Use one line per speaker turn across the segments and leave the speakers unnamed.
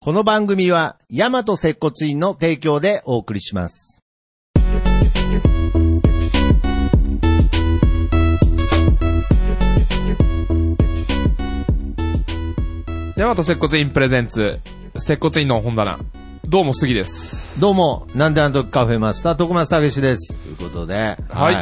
この番組は、ヤマト接骨院の提供でお送りします。
ヤマト接骨院プレゼンツ、接骨院の本棚。どうも杉です。
どうも、なんであの時カフェマスター、徳松たけしです。ということで、
はい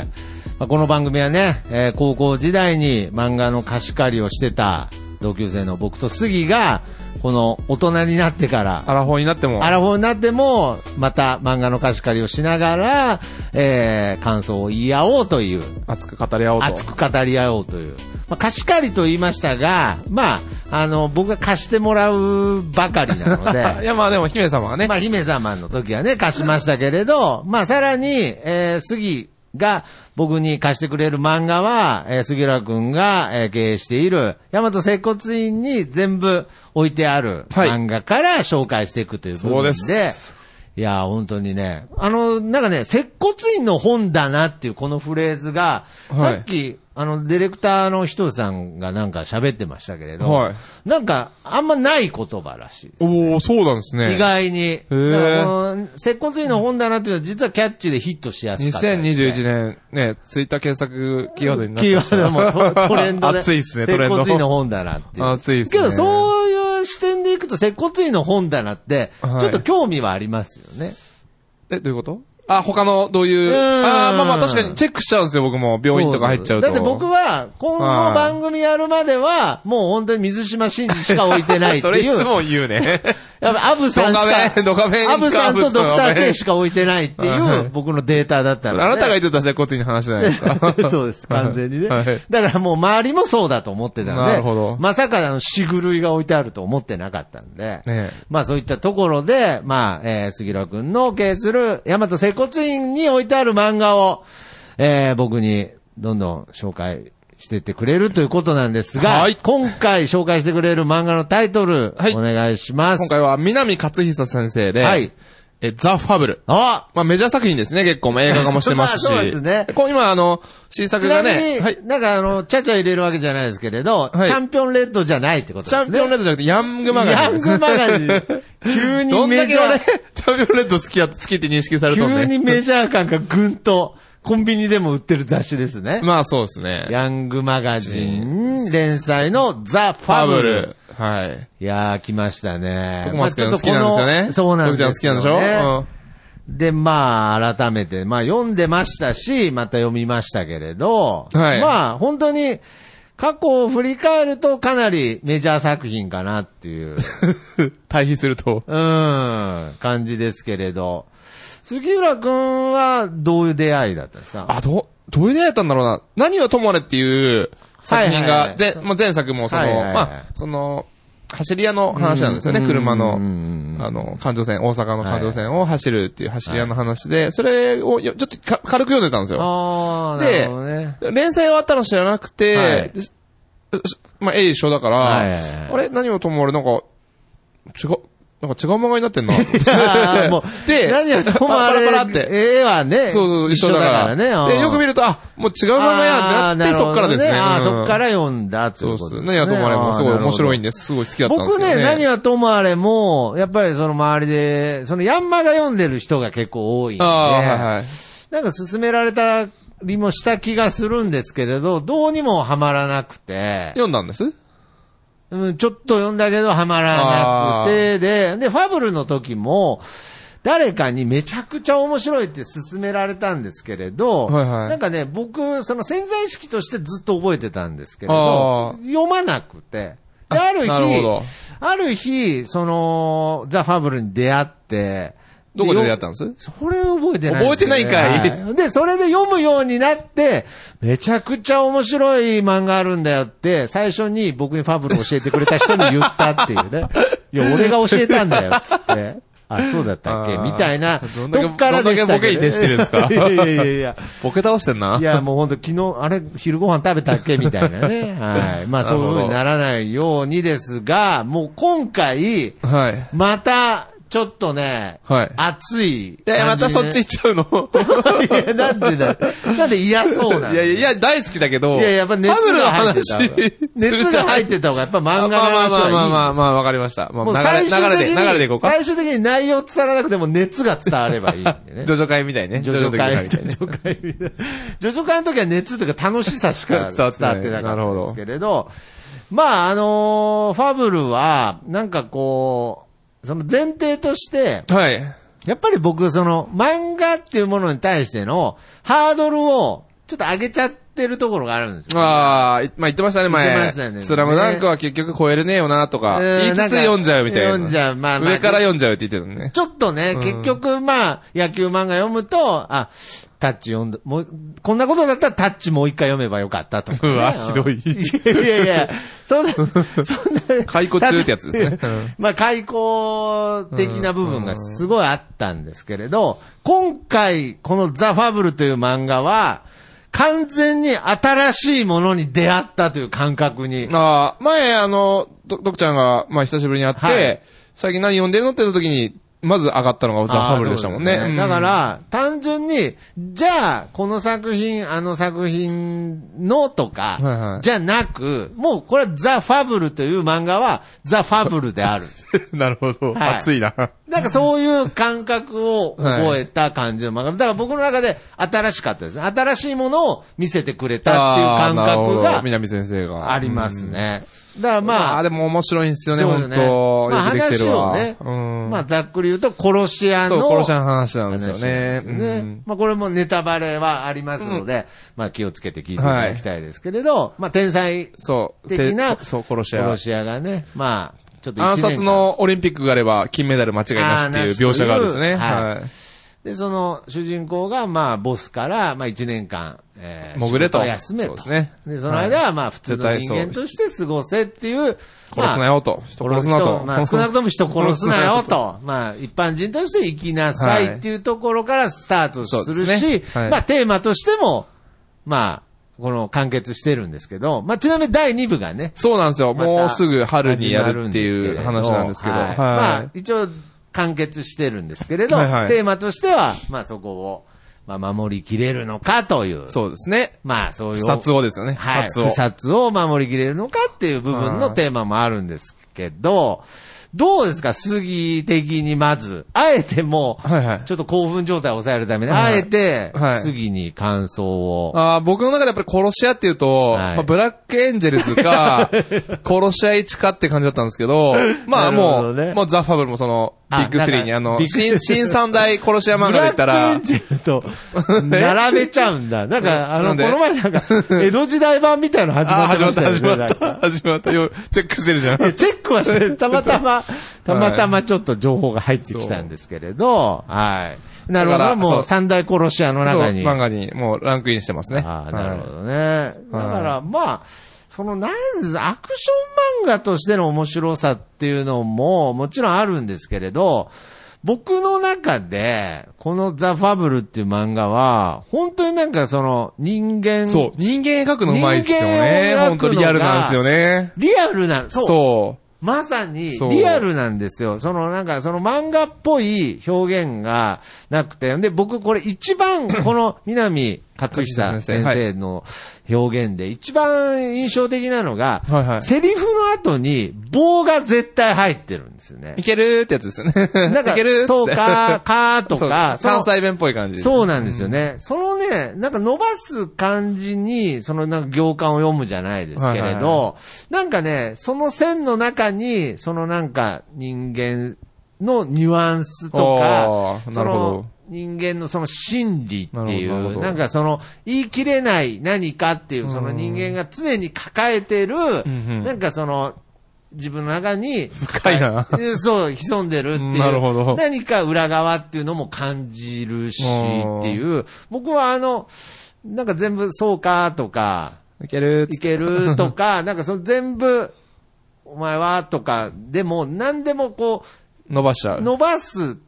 まあこの番組はね、えー高校時代に漫画の貸し借りをしてた同級生の僕と杉が、この大人になってから、
アラフォーになっても、
アラフォーになっても、また漫画の貸し借りをしながら、えー感想を言い合おうという、
熱く語り合おうと。
熱く語り合おうという。まあ、貸し借りと言いましたが、まあ、あの、僕が貸してもらうばかりなの
あ い
で、
や、まあでも姫様がね、
まあ、姫様の時はね、貸しましたけれど、まあ、さらに、えー杉が僕に貸してくれる漫画は、えー杉浦くんが、えー経営している、大和接骨院に全部置いてある
はい
漫画から紹介していくという部分で、
そうです
いや、本当にね。あの、なんかね、接骨院の本だなっていうこのフレーズが、
はい
さっき、あの、ディレクターの人さんがなんか喋ってましたけれど、
はい
なんか、あんまない言葉らしい。
おおそうなんですね。
意外に。だ
ー
からこの接骨院の本だなっていうのは実はキャッチでヒットしやすかったりして。
2021年、ね、ツイッター検索キーワードになっ
キ
て
ー
ま
ワ
した
ードもトトレンドで。
熱いっすね、トレンド。
接骨院の本だなっていう。
熱いっすね
けど、そういう視点でいくと、接骨院の本だなって、ち
はい
ょっと興味はありますよね。
え、どういうことあ、他の、どういうう、
ーん
あーまあまあ確かにチェックしちゃうんですよ、僕も。病院とか入っちゃうと。
だって僕は、この番組やるまでは、もう本当に水島真司しか置いてないっていう。
それいつも言 うね。
やっぱアブさんしか、
ドカベンドカベン
アブさんとドクター K しか置いてないって
はいいう
僕のデータだった
あ
ので。
なたが言ってた接骨院の話じゃないですか。
そうです、完全にね。
はい
だからもう周りもそうだと思ってたので、
なるほど
まさかあの、死狂いが置いてあると思ってなかったんで、
ねえ
まあそういったところで、まあ、えー、杉浦くんの経営する、大和接骨院に置いてある漫画を、えー、僕にどんどん紹介してってくれるということなんですが、
はい
今回紹介してくれる漫画のタイトル、
はい
お願いします。
今回は南勝久先生で、
はい
え、ザ・ファブル。
あ
まあメジャー作品ですね、結構。まあ映画化もしてます し。
まあそうですね
こう今、あの、新作
ちな
が
みに、
ね、はい。
なんかあの、ちゃちゃ入れるわけじゃないですけれど、
はい
チャンピオンレッドじゃないってこと
チ
で
ャ
す
ン
ね
ピオ。ンレッドじゃなくて、ヤングマガ
ヤ
ジン
ン
です。
グマガジン。急に
どんだ
メ
け
ジャ
俺、
ー、
チャンピオンレッド好きや、好きって認識されたん
急
ね。
にメジャー感がぐんと、コンビニでも売ってる雑誌ですね。
まあそうですね。
ヤングマガジン連載のザ・フ
ファ
ァブ
ブ
ル
ル。。はい。
いやー、来ましたね。
僕も好きなんです
まあちょっとこの
よね。
そうなんですよ、ね。
僕ちゃん好きなんでしょうん
で、まあ、改めて、まあ、読んでましたし、また読みましたけれど、
はい
まあ、本当に、過去を振り返るとかなりメジャー作品かなっていう、
対比すると。
うん、感じですけれど、杉浦くんはどういう出会いだったんですか
あ、ど、どういう出会いだったんだろうな。何はともあれっていう作
は
品
いはいは
が
い、
前、まあ前作もその、
はいはいはい
まあ、その、走り屋の話なんですよね、車
う
の。あ
んうんうん
の、環状線、大阪の環状線を走るっていう走り屋の話で、それをよちょっとか軽く読んでたんですよ。
あー、なるほどね。
連載終わったの知らなくて、
はい
でしまあ、A 一緒だから、
はいはいはい
あれ何をともあれ、なんか、違う、なんか違う漫画になってんな。
あー もう、
で、
何よりもあれ
パラパラパラ って。
絵はね、
そうそう、一緒だから。
ね。うん
で、よく見ると、あ、もう違う漫画やってなって、そっからですね。
あーなるほどねあー、
うん
そっから読んだと
そ
いうう
っ
こと
す。
ですね。
何はともあれもすごい面白いん
で。
です。すごい好きだったんです
僕
けど、ね。
ね、何はともあれも、やっぱりその周りで、そのヤンマが読んでる人が結構多いんで、
ああ、はいはい。
なんか勧められたりもした気がするんですけれど、どうにもはまらなくて、
読んだんです
うん、ちょっと読んだけどはまらなくて、で、で、ファブルの時も、誰かにめちゃくちゃ面白いって勧められたんですけれど、
はいはい
なんかね、僕、その潜在意識としてずっと覚えてたんですけれ
あ
ど
ー、
読まなくて、である日
なるほど、
ある日、その、ザ・ファブルに出会って、
どこで出会った
ん
んです
それ覚えてないんですよ、
覚えてないんかい
はで、それで読むようになって、めちゃくちゃ面白い漫画あるんだよって、最初に僕にファブル教えてくれた人に言ったっていう ね。いや、俺が教えたんだよ、つって。あ、そうだったっけ
あー
みたいな。
どんだけ
どっからでした
どんだけボケに徹してるんです か
いやいやいやいや。。
ボケ倒してんない
や、もうほんと昨日、あれ、昼ご飯食べたっけみたいなね。はい。まあ、そういう風にならないようにですが、もう今回、
はい。
また、ちょっとね、
はい
熱い
い
感じね、
やいや、またそっち行っちゃうの
いや、なんでだなんで嫌そうなんだ
いやいや、いや、大好きだけど。
いや、やっぱ熱
ハブルの
が入って
話
た方が。。熱が入ってた方が、やっぱ
まあ
漫画の
まあまあ
話
まあまあま
は
あ、まあ、わかりました。ま
いい。もう
あ、流
最
れ、
終
流れ
的
で、
に、
流れでいこうか。
最終的に内容伝わらなくても熱が伝わればいいんでね。
ジョジョ会みたいね。
ジョジョ会、ジ
ジョ
ョ
ジ
ジ
ョ会みたい
ョ会
ね。
みたいな。ジョジョ会の時は熱というか楽しさしか伝
伝
わ
わ
っ
っててない
なか
なる
った
ほ
ん
ど
ですけれど、まあ、あのーファブルは、なんかこう、その前提として、
はい。
やっぱり僕、その、漫画っていうものに対しての、ハードルを、ちょっと上げちゃってるところがあるんですよ。
ああ、いまあ言ってましたね、前。
言ってましたよね
スラムダンクは結局超えるねえよな、とか。
うん
言い
なんか
つつ読んじゃうみたいな。
読んじゃうまあまあ
上から読んじゃうって言ってたのね。
ちょっとね、結局、まあ、野球漫画読むと、あ、タッチ読んだ、もう、こんなことだったらタッチもう一回読めばよかったとか、
うわひどい
いやいやいや、そ んな、そんな。
解雇中ってやつですね。
まあ、開口的な部分がすごいあったんですけれど、今回、このザ・ファブルという漫画は、完全に新しいものに出会ったという感覚に。
ああ、前、あの、ドドクちゃんが、まあ久しぶりに会って、
はい
最近何読んでるのって言った時に、まず上がったのがザ・ファブルでしたもんね。
あーそうです
うん
だか、ら、単純に、じゃあ、この作品、あの作品のとか、
はいはい
じゃなく、もうこれはザ・ファブルという漫画は、ザ・ファブルであ る。
なるほど。
はい
熱いな。
なんかそういう感覚を覚えた感じの漫画。だから僕の中で新しかったですね。新しいものを見せてくれたっていう感
あーなるほ
覚
ど
が
南先生が。
あります
うん。
ね。だから
ま
ま
あ、
あ、
でも面白いんですよね、
そう
本
だ
当
ねまあ
よくでき
話
てる
を
わ。
ね、
うん。
まあざっくり言うと殺し屋
そう、
の
殺しの話なんですよ
話
ね。
なんですよね
うん
まあこれもネタバレはありますので、まあ気をつけて聞いていただきたいですけれど、まあ天才
そう。
的な
てそう、殺し屋
殺。し屋がね、まあちょっと一
暗
年間
殺のオリンピックがあれば、金メダル間違いなしっていう描写があるんですね。
あーなしという
はい。
で、その主人公が、まあ、ボスから、まあ、1年間、えー、
潜れと
仕事を休めと。
そうですね
で、その間は、まあ、普通の
絶対
人
そう
間として過ごせっていう、まあ
殺すなよと。人殺すな
人
と。
まあ、少なくとも人殺すなよと。まあ、一般人として生きなさいっていうところからスタートする
はいそう
し、
ですねはい
まあ、テーマとしても、まあ、この完結してるんですけど、まあ、ちなみに第2部がね、
そうなんですよ。
また
もうすぐ春にやるっていう
始まるん
話なんですけど。
はい
はい
まあ、一応、完結してるんですけれど、
はいはい
テーマとしては、まあそこを、まあ守りきれるのかという。
そうですね。
まあそういう。
不殺をですよね。不
はい。
殺
不
を。
殺を守りきれるのかっていう部分のテーマもあるんですけど、どうですか杉的にまず。あえてもう、
はいはい
ちょっと興奮状態を抑えるために、
はい
あえて
は、い
杉に感想を。
あー僕の中でやっぱり殺し屋っていうと、
はい
まあ、ブラックエンジェルズ か、殺し屋一かって感じだったんですけど、まあもう、
なるほどね
もうザ・ファブルもその、ビ
あ
ッグスリーに
な
あ
んか
の
ビッ、グ
新、新三大殺し屋漫画で言ったら、
ブラックエンジェルと並べちゃうん だ。なんか、あ
な
の、
んで
この前 なんか、江戸時代版みたいなの
あー、
始まってましたよね。な
始まっ
ん
た、
か
始まった、始まったよ。チェックしてる じゃん。
いやチェックは して、たまたま、たまたまちょっと情報が入ってきたんですけれど、はい。なるほ
だ
ど。
から
も
そうう
三大殺し屋の
そう、
中に。
漫画にもうランクインしてますね。
ああ、
はい
なるほどね。だから、まあ、その、なんですアクション漫画としての面白さっていうのも、もちろんあるんですけれど、僕の中で、このザ・ファブルっていう漫画は、本当になんかその、人間、
そう、人間描くのうまいっすよね
人。間を描くのが
本当リアルなんですよね。
リアルな、そう、
そ
まさに
そう
リアルなんですよ。そのなんかその漫画っぽい表現がなくて、で、僕これ一 番この南勝久先生の表現で一番印象的なのが、
はいはい
セリフの後に棒が絶対入ってるんですよね
う。い。けるってやつですよね。
なん
い
か
けるっつっ、て
そうか、かーと
そう
か、その
関西弁っぽい感じ。
そうなんですよね。そのね、なんか伸ばす感じに、そのなんか行間を読むじゃないですけれど、
はいはいは
なんかね、その線の中に、そのなんか人間のニュアンスとか
お、ー
そ
なるほど
の人間のその心理ってい
なるほどなるほ
う、
ど
なんかその言い切れない何かっていう、その人間が常に抱えてる、
んうん
なんかその、自分の中に
深いな
えー そう、潜んでるっていう。
なるほど
何か裏側っていうのも感じるしっていう。僕はあの、なんか全部そうかとか、
いけるっつ
い
って
けると か、なんかその全部、お前はとか、でも何でもこ
伸ばしちゃ
う、
う。
伸ばす、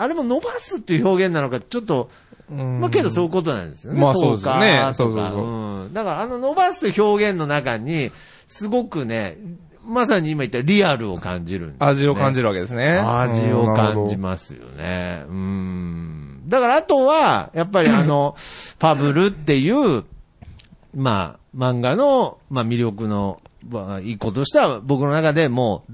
あれも伸ばすっていう表現なのか、ちょっと、
うん
まあけどそういうことなんですよね。
まあそうですよね
かとか。
そうそうそうん
だからあの伸ばす表現の中に、すごくね、まさに今言ったリアルを感じるんですね、
味を感じるわけですね。
味を感じ
ま
ますよね。うん。だからあとは、やっぱりあの、ファブルっていう、まあ、漫画の、まあ魅力の、まあ、一個としては、僕の中でもう、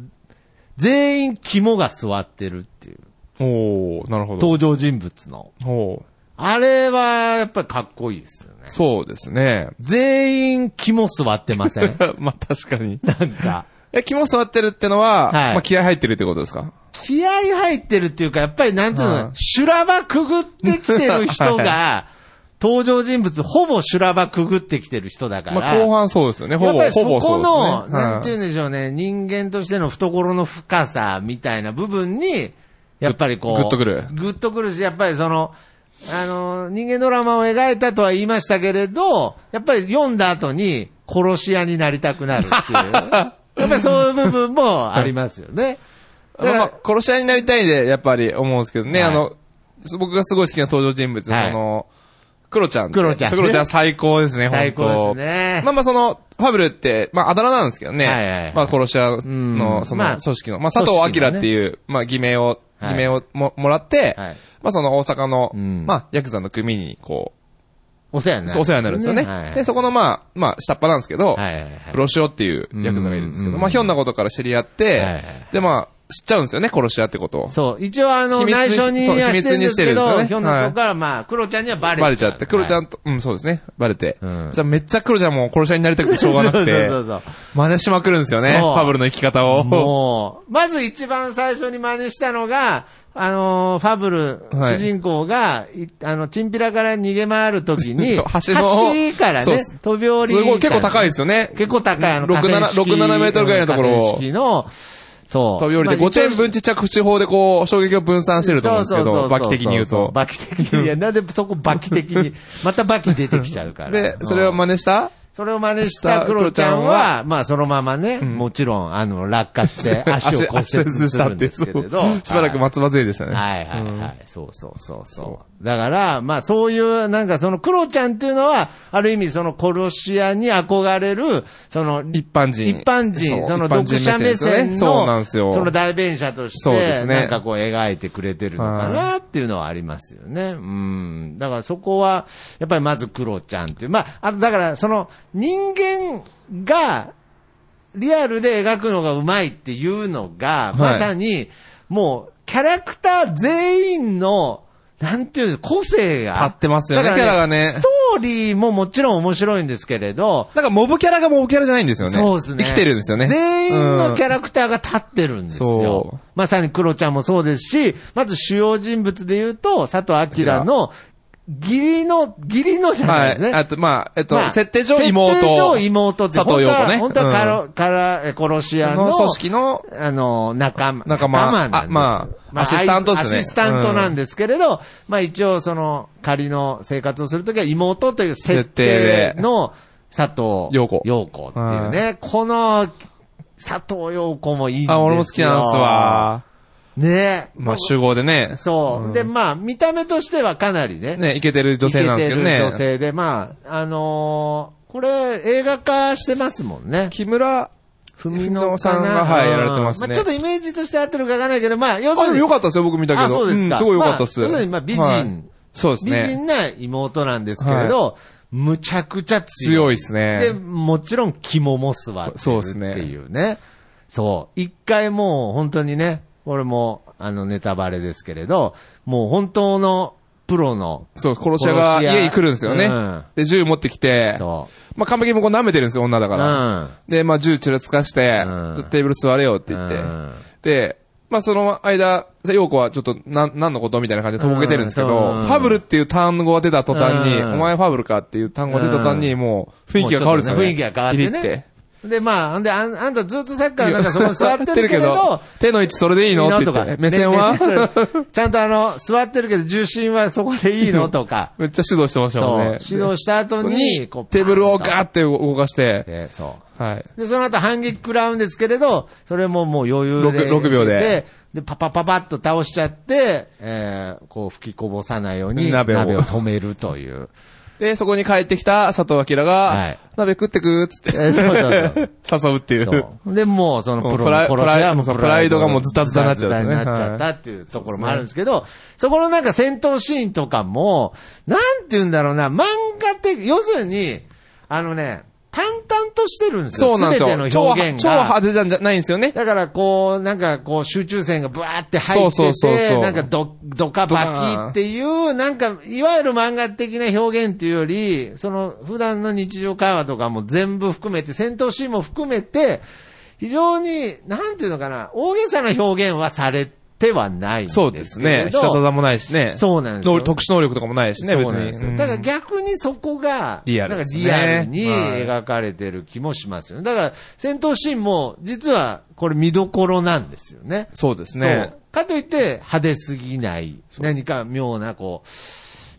全員肝が座ってるっていう、
す。おおなるほど。
登場人物の。
おー
あれは、やっぱりかっこいいですよね。
そうですね。
全員肝座ってません
まあ確かに。
なんか。
え、肝座ってるってのは、
はい
まあ気合入ってるってことですか
気合入ってるっていうか、やっぱりなんていうの、
はい
修羅場くぐってきてる人 が、登場人物ほぼ修羅場くぐってきてる人だから。
まあ後半そうですよね。ほ
やっ
ぼ、
ぱりそ
ほぼそ
こ
うですね。
の、なんて
は
言うんでしょうね、人間としての懐の深さみたいな部分に、やっぱりこう。
ぐぐっとくる
ぐっとくるし、やっぱりその、あの、人間ドラマを描いたとは言いましたけれど、やっぱり読んだ後に殺し屋になりたくなるってい う。やっぱりそういう部分もありますよね。だ
ま
か
あ
ら
まあ、殺し屋になりたいで、やっぱり思うんですけどね、
はい
あの、す僕がすごい好きな登場人物、
はい
その、クロちゃんって。
クロちゃん
クロちゃん最高ですね、
最
本当
高ですね
まあまあその、ファブルって、まああだ名なんですけどね。
はいはいはい
まあ殺し屋
う
の、
ん
そ
ま
の
あ
組織の、まあ佐藤明っていう、まあ偽名を、
はい
偽名をももらって、
はい
まあその大阪の、
うん
まあヤクザの組に、こ
お世話に
う、
な
そ
る。
うお世話になるんですよね。
はい
で、そこのまあ、まあ下っ端なんですけど、
はいはいはい
黒潮っていうヤクザがいるんですけ
う
ど、
ん
まあひょんなことから知り合っ
はいは
て
い、
でまあ、知っちゃうんですよね、殺し屋ってことを。
そう。一応あの、
秘密に
内緒にはしてるんですけ
そう秘密にしてるんですよ
ど、
ね
ひょんなとこからまあ、クロちゃんにはバレ
バレちゃって、クロちゃ
ん
んと、うん、そうですね。バレて。
うん
じゃあめっちゃクロちゃんも殺し屋になりたくてしょうが な
そ
く
う
て、
そうそうそう。
真似しまくるんですよね。
そう
パブルの生き方を。
もう、まず一番最初に真似したのが、あのーファブル、
はい
主人公が、いあの、チンピラから逃げ回るときに、
そう橋の
橋から
そう
ね
っす、
飛び降
す
りたんで
ごい、結構高いですよね。
結構高い、あの、
6 7
河川敷
6 7メートルぐらいのところを
河川敷の、そう。
飛び降りて、
まあ
5チェーン分着地法でこう、衝撃を分散してると思うんですけ
そうそ
ど、
うそう
バ
そう
キ的に言うと。
バキ的に。いや、なんでそこバキ的 に。またバキ出てきちゃうから。
で
う、ん
それを真似した
それを真似したクロちゃんは、まあそのままね、もちろん、あの、落下して足を骨折するんですけれど
足骨折したっていう。しばらく松葉杖でしたね。
はいはいはい。そうそうそうそう。だから、まあそういう、なんかそのクロちゃんっていうのは、ある意味その殺し屋に憧れる、その、
一般人。
一般人、その読者目線の、
そうなんですよ。
その代弁者とし
そうで
て、
すね
なんかこう描いてくれてるのかなっていうのはありますよね。うん。だからそこは、やっぱりまずクロちゃんっていう。まあ、あとだからその人間が、リアルで描くのがうまいっていうのが、
い
まさに、もう、キャラクター全員の、なんていうの、個性が。
立ってますよね
だから
キャラがね
ストーリーももちろん面白いんですけれど、
なんかモブキャラがモブキャラじゃないんですよね。
そうですね。
生きてるんですよね。
全員のキ
ャ
ャラクターが立ってるんです
うん
よ
そ。
まさにクロちゃんもそうですし、まず主要人物で言うと、佐藤明の、義理の、義理のじゃないですね。
はい。あと、まあ、えっと、
まあ
設定上妹。
設定上妹って、
佐藤陽子ね
本当は、本当はカロ、カラ、え殺し屋の、
の組織の、
あの、仲間。
仲間
なんです
あまあアシスタントですね
アシスタントなんですけれど、まあ一応その、仮の生活をするときは妹という設定
設定で
の佐藤
陽子
陽子っていうね。この、佐藤陽子もいいんですよ。
あ、俺も好きなんです。わ。
ね
まあ、集合でね、
そう。で、まあ、見た目としてはかなりね。
ね、イケてる女性なんですけど
イケて
ね
る。女性で、まあ、あのーこれ、映画化してますもんね。
木村、
文
野さんがはいやられてますね
あ、ちょっとイメージとして合ってるかわからないけど、まあ、要す
あ、
る
でも
に。
よかったですよ、僕見たけど。
あそうですか
んすごいよかったっす。
まあ要するにまあ美人
はいそうです
美
ね。
人な妹なんですけれど、むちゃくちゃ強
強
い。
いっすね
で、もちろん肝も座ってる
そうですね
っていうね。そう。一回もう本当にね、これも、あの、ネタバレですけれど、もう本当のプロの、
そう、殺し屋が
殺し屋
家に来るんですよね
うん。
で、銃持ってきて、
そ
まあ、完璧にもうこう舐めてるんですよ、女だ
う。う
から。
ん。
で、まあ、銃ちらつかして
うん、
テーブル座れよって言って。で、まあその間、陽子はちょっと、なん、なんのことみたいな感じでとぼけてるんですけど、
うん
ファブルっていう単語が出た途端に、
うん
お前ファブルかっていう単語が出た途端に、もう雰囲気が変わるんですよね。
もうちょっとね雰囲気が変わってね
ピリって。
で、まあ、ほんで、あんあんたずっとサッカーなんかそこに座って るけれ
座
ど、
手の位置それでいいのって言って、目線は。
目線ちゃんとあの、座ってるけど重心はそこでいいのとか
めっちゃ指導してました
そ
もん
う。
ね。
指導した後に、
に、
こう
テーブルを
パン
ガーって動かして
と、で、そ
はい。
う。で、その後反撃食らうんですけれど、それももう余裕で。
六六秒で
で。で、パパパパッと倒しちゃって、えー、こう吹きこぼさないように
鍋を
鍋を止めるという。
で、そこに帰ってきた佐藤明が、
はい
鍋食ってくーっつって、
えそうそうそう。
誘うっていう。
そうで、もう、そのプロ
プラ
の
イ
殺し屋も
プライプライドがもうズタズタになっちゃうんですね
ズタズタになっちゃったっていうところもあるんですけど、そこのなんか戦闘シーンとかも、なんて言うんだろうな、漫画って、要するに、あのね、淡々としてるんです
そ
よ。
うなんですよ。
全ての表現
超超
が
派。手じゃないんですよね。
だから、こう、なんか、こう、集中線がブワーって入
そ
っ
うそう
て
そう
て、
そう
なんか、ど、ドカバキっていう、なんか、いわゆる漫画的な表現っていうより、その、普段の日常会話とかも全部含めて、戦闘シーンも含めて、非常に、なんていうのかな、大げさな表現はされてはないんですけれど。
そうですね。下技もないしね。
そうなんですよ
能特殊能力とかもないしね、
そ
別
うなん
に。
です
う
よ
ん
だから逆にそこが、
リアル
なん
で
か
すね
リアルに
はい
描かれてる気もしますよね。だから戦闘シーンも、実はこれ見どころなんですよね。
そうですね
そう。かといって派手すぎない、
そう
何か妙なこう、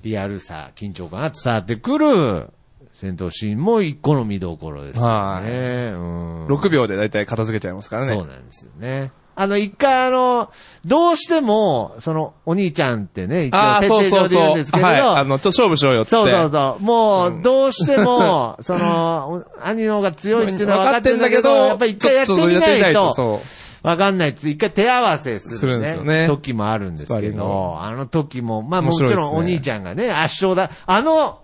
リアルさ、緊張感が伝わってくる戦闘シーンも一個の見どころですよ
はい
ね。うん
6秒で大体片付けちゃいますからね。
そうなんですよね。あの、一回あの、どうしても、その、お兄ちゃんってね、一応
ああ、
設
そう
定
そ
上
う
で
そ
言う
う。
ん
は
ですけれど、
い。あの、ちょっと勝負しようよっつって。
そうそうそう。もう、どうしても、その、兄の方が強いっていうのは分かってんだけど、やっぱり一回やってみない
ちょっ
と、
そう。
分かんないっつって、一回手合わせす
する
る
んです
ね
よね
時もあるんです
スパ
け
リング
ど、あの時も、まあも
面
ち
白いですね
ろんお兄ちゃんがね、圧勝だ。あの、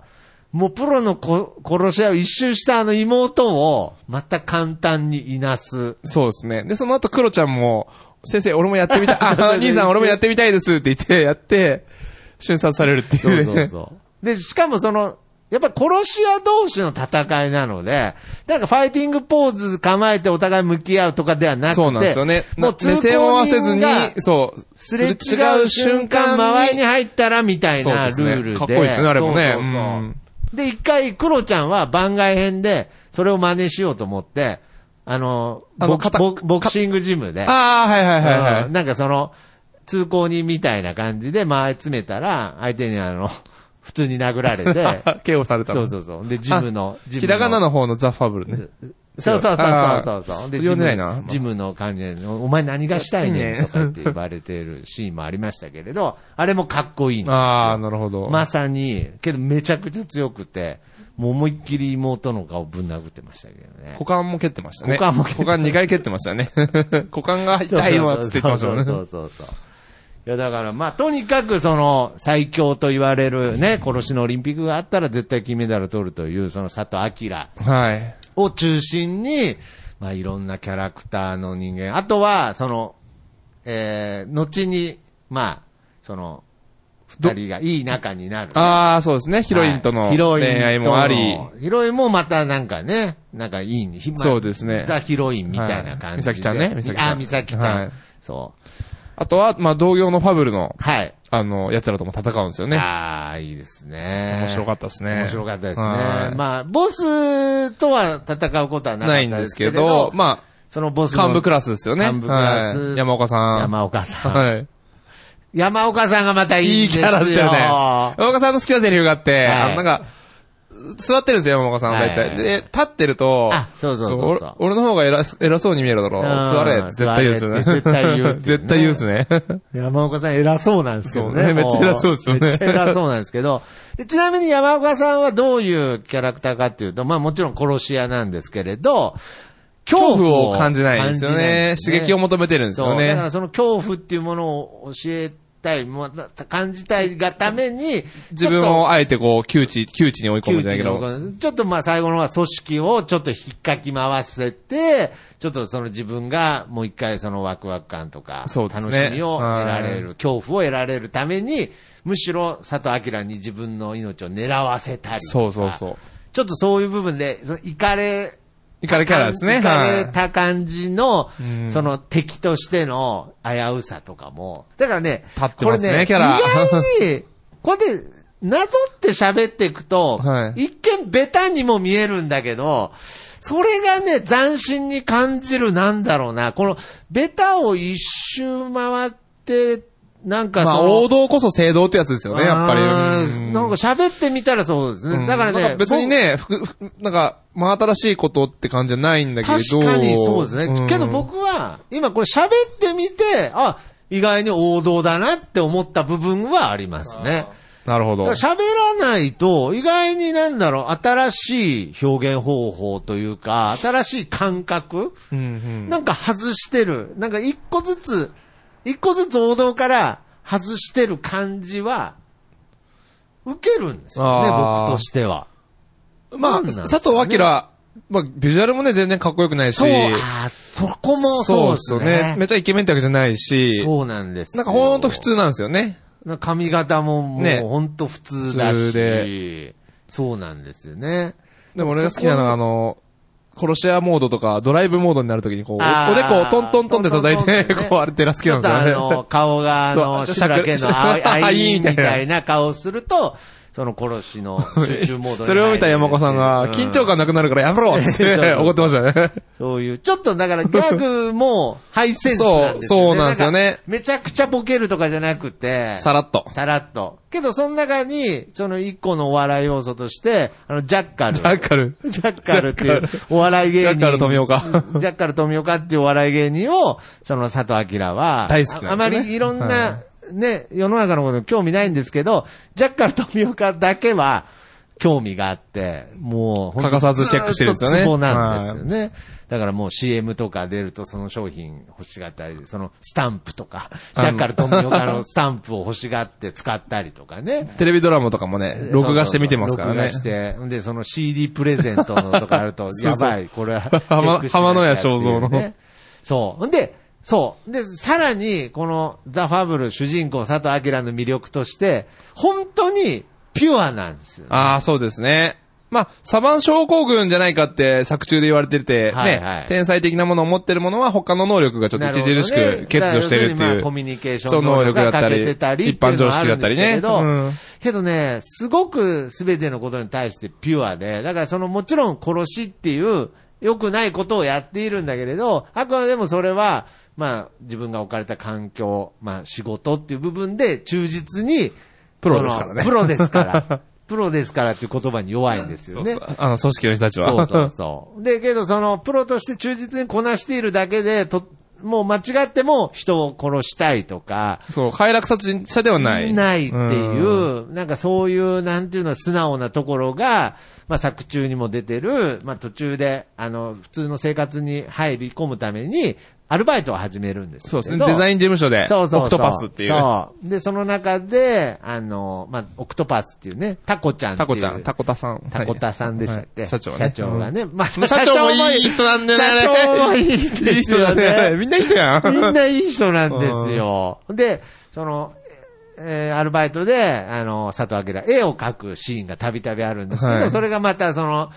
もうプロのこ殺し屋を一周したあの妹を、また簡単にいなす。
そうですね。で、その後、クロちゃんも、先生、俺もやって みたい。
そうそう
あ、兄さん、俺もやってみたいですって言って、やって、瞬殺されるっていう、
そうそ
ね。
うそう。 で、しかもその、やっぱ殺し屋同士の戦いなので、なんかファイティングポーズ構えてお互い向き合うとかではなくて、
そうなんですよね。
もう
な目線を合わせずに、そう。
すれ違う瞬間、間合いに入ったらみたいなル
そうですね
ールで。
かっこいいですねあれもね
そうそうそう
うん
で、一回、クロちゃんは番外編で、それを真似しようと思って、あの、
あの
ボク
片
ボクボクシングジムで。
ああ、はいはいはいはい。
うんなんかその、通行人みたいな感じで間合い詰めたら、相手にあの、 普通に殴られ て、
KO された
そ
の
うそうそう。で、ジムの、ジム
ひらがなの方のザ・ファブルね。
そうそうそうそうそうそう。で、
読んでない
ジ
な
ム。ジムの感じで、お前何がしたいねんとかって言われてるシーンもありましたけれど、あれもかっこいいんですよ。
ああ、なるほど。
まさに、けどめちゃくちゃ強くて、もう思いっきり妹の顔ぶん殴ってましたけどね。
股間も蹴ってましたね。
股間も蹴って
股間2回蹴ってましたね。 股間が痛いわ、つって言ってましたも
そ
んね。
うそうそうそう。いや、だから、まあ、とにかく、その、最強と言われるね、殺しのオリンピックがあったら絶対金メダル取るという、その佐藤明
はい。
を中心に、まあ、いろんなキャラクターの人間、あとは、その、えー、後に、まあ、その、二人がいい仲になる。
ああ、そうですね。ヒロインとの
はいヒ
恋
ロインとの
愛もあり。
ヒロインもまたなんかね、なんかいいに、ひまあ
そうですね
ザ・ヒロインみたいな感じで。
はい美咲ちゃんね美咲ちゃん
あ、美咲ちゃん。
はい
そう。
あとは、まあ、同業のファブルの、
はい。
あの、奴らとも戦うんですよね。
ああ、いいですね。
面白かったですね。
面白かったですね。
はい
まあ、ボスとは戦うことはなかっ
ないん
た
で
ですす
け
け
ど
ど、、
ま
そのボ
あ、
スの
幹部クラスですよね。
幹部クラス
はい山岡さん。
山岡さん。
はい。
山岡さんがまたいい
いい
んです
キ
よ。
ャラですよね。山岡さんの好きなセリフがあって、
はい
あのなんか、座ってるんですよ、山岡さんは大
はい
体。で、立ってると、
あそうそうそうそう
俺俺の方が偉そ偉そうに見えるだろう。
うん
座れ、絶対言うですね。
座れって絶対言うっていうね
絶対言うですね。
山岡さん偉そうなんですけど
そう
ね。
ねめっちゃ偉そうですよね
もめっちゃ偉そうなんですけど。でちなみに山岡さんはどういうキャラクターかっていうと、まあもちろん殺し屋なんですけれど、
恐怖を感じないんですよ
感じないん
ね
で。す
刺激を求めてるんです
そ
よ
う、だか
ね
ら。その恐怖っていうものを教えたい、また感じたいがために、
自分をあえてこう、窮地、窮地に追い込
ちょ
む
っ
じ
と
ゃないけ
窮地の
ど。
方ちょっとまあ最後の方は組織をちょっと引っかき回せて、ちょっとその自分がもう一回そのワクワク感とか、
そう
楽
です
し
ね
みを得られる、
は
恐怖を得られるために、むしろ佐藤明に自分の命を狙わせたりとか。
そうそうそう。
ちょっとそういう部分で、そのイカれ、
イカレキャラですね。
イカ
は
れ
い。
た感じの、
うん
その敵としての危うさとかも。だからね、
立ってますね
これ
キャラ
意外に、こうやって、なぞって喋っていくと、
はい
一見ベタにも見えるんだけど、それがね、斬新に感じるなんだろうな。この、ベタを一周回って、なんかそ
ま
の、
あ、王道こそ正道ってやつですよね、やっぱり。
う
うんん
なんか喋ってみたらそうですね。だから
なん
ね、
別にね、ふく、ふなんか、真新しいことって感じじゃないんだけれど。
確かにそうですね。
ん
けど、僕は、今これ喋ってみて、あ、意外に王道だなって思った部分はありますね。
なるほど。
喋らないと、意外になんだろう、新しい表現方法というか、新しい感覚、
うんうん
なんか外してる。なんか一個ずつ、一個ずつ王道から外してる感じは、受けるんですよね、
あー
僕としては。
まあ、
なんなんですかね
佐藤明、まあ、ビジュアルもね、全然かっこよくないし。
そう、あーそこもそうです
そうっ
ね。
めっちゃイケメンってわけじゃないし。
そうなんです
な
よ。
んかほんと普通なんですよね。
な髪型もも
ね
うほんと普通だ
普
し、
通
そうなんですよね。
でも俺が好きなのがあの、殺し屋モードとか、ドライブモードになるときにこう、
あー
おでこをトントントンって叩い
トントント
て、
ンってね
こうあれテラ好き
ち
な
ょ
ん
っ
で
とあ
すよね。
の、顔が、あの、
そう
志村けんのあ い、
あ
あい
いい
み
みたいな
たいな顔をすると、その殺し の集中モードに入る
それを見た山子さん
う
が、緊張感なくなるからやめろっつっ
そうそう
て怒ってましたね。
そういう、ちょっとだからギャグもハイセンスなんですよね。
そうそうなんですよね
かめちゃくちゃボケるとかじゃなくて、
さらっと。
さらっと。けど、その中に、その一個のお笑い要素として、あの、ジャッカル。
ジャッカル。
ジャッカルっていうお笑い芸人。
ジャッカル富岡
ジャッカル富岡っていうお笑い芸人を、その佐藤明は、
大好きなんですね
ああまりいろん
は
な、ね、世の中のことに興味ないんですけど、ジャッカル富岡だけは、興味があって、もう、
欠かさずチェックしてるんですよね
そうなんですよね。だからもう CM とか出るとその商品欲しがったり、そのスタンプとか、ジ
あの
ャッカル富岡のスタンプを欲しがって使ったりとかね。
テレビドラマとかもね、録画して見てますからね
録画。して。んで、その CD プレゼントのとかあると、
そう
や
そう
ばい、これは。
浜
チェックしなきゃ
浜野屋正蔵の
っていうねそう。んで、そう。で、さらに、このザ・ファブル主人公佐藤明の魅力として、本当にピュアなんですよ。
ああ、そうですね。まあ、サバン症候群じゃないかって作中で言われてて、
はいはい
ね、天才的なものを持ってるものは他の能力がちょっと
なるほど
著しく欠如してるって
だから要すにま
い
あ
う。
コミュニケーション能力が欠けてたり、
そう能力だったり一般常識だったりね
っていうのはあるんですけどけどね、すごく全てのことに対してピュアで、だからそのもちろん殺しっていう良くないことをやっているんだけれど、あくまでもそれは、まあ自分が置かれた環境、まあ仕事っていう部分で忠実に、
プロですからね
そのプロですから。プロですからっていう言葉に弱いんですよね。
そうそうあの、組織の人たちは。
そうそうそう。で、けどその、プロとして忠実にこなしているだけで、と、もう間違っても人を殺したいとか、
そう、快楽殺人者ではない。
ないってい
ん。
う、なんかそういう、なんていうの、素直なところが、まあ作中にも出てる、まあ途中で、あの、普通の生活に入り込むために、アルバイトを始めるんですけ
そ
れ
う
ど
ですね。デザイン事務所で、
そうそうそう
オクトパスっていう。
そう。で、その中で、あの、まあ、オクトパスっていうね、タコちゃんってい
タ
う。
コちゃん、タコタさん。
タコタさんでしたっけ、
はい社長ね。
社長がね。まあ、
うん。社長もいい人なんだよね。
社長もいい人
いい
です
人
よ
だね。
ね。
みんないい人やん。
みんないい人なんですよ。で、その、えーアルバイトで、あの、佐藤明、絵を描くシーンがたびたびあるんですけど、
はい
それがまたその、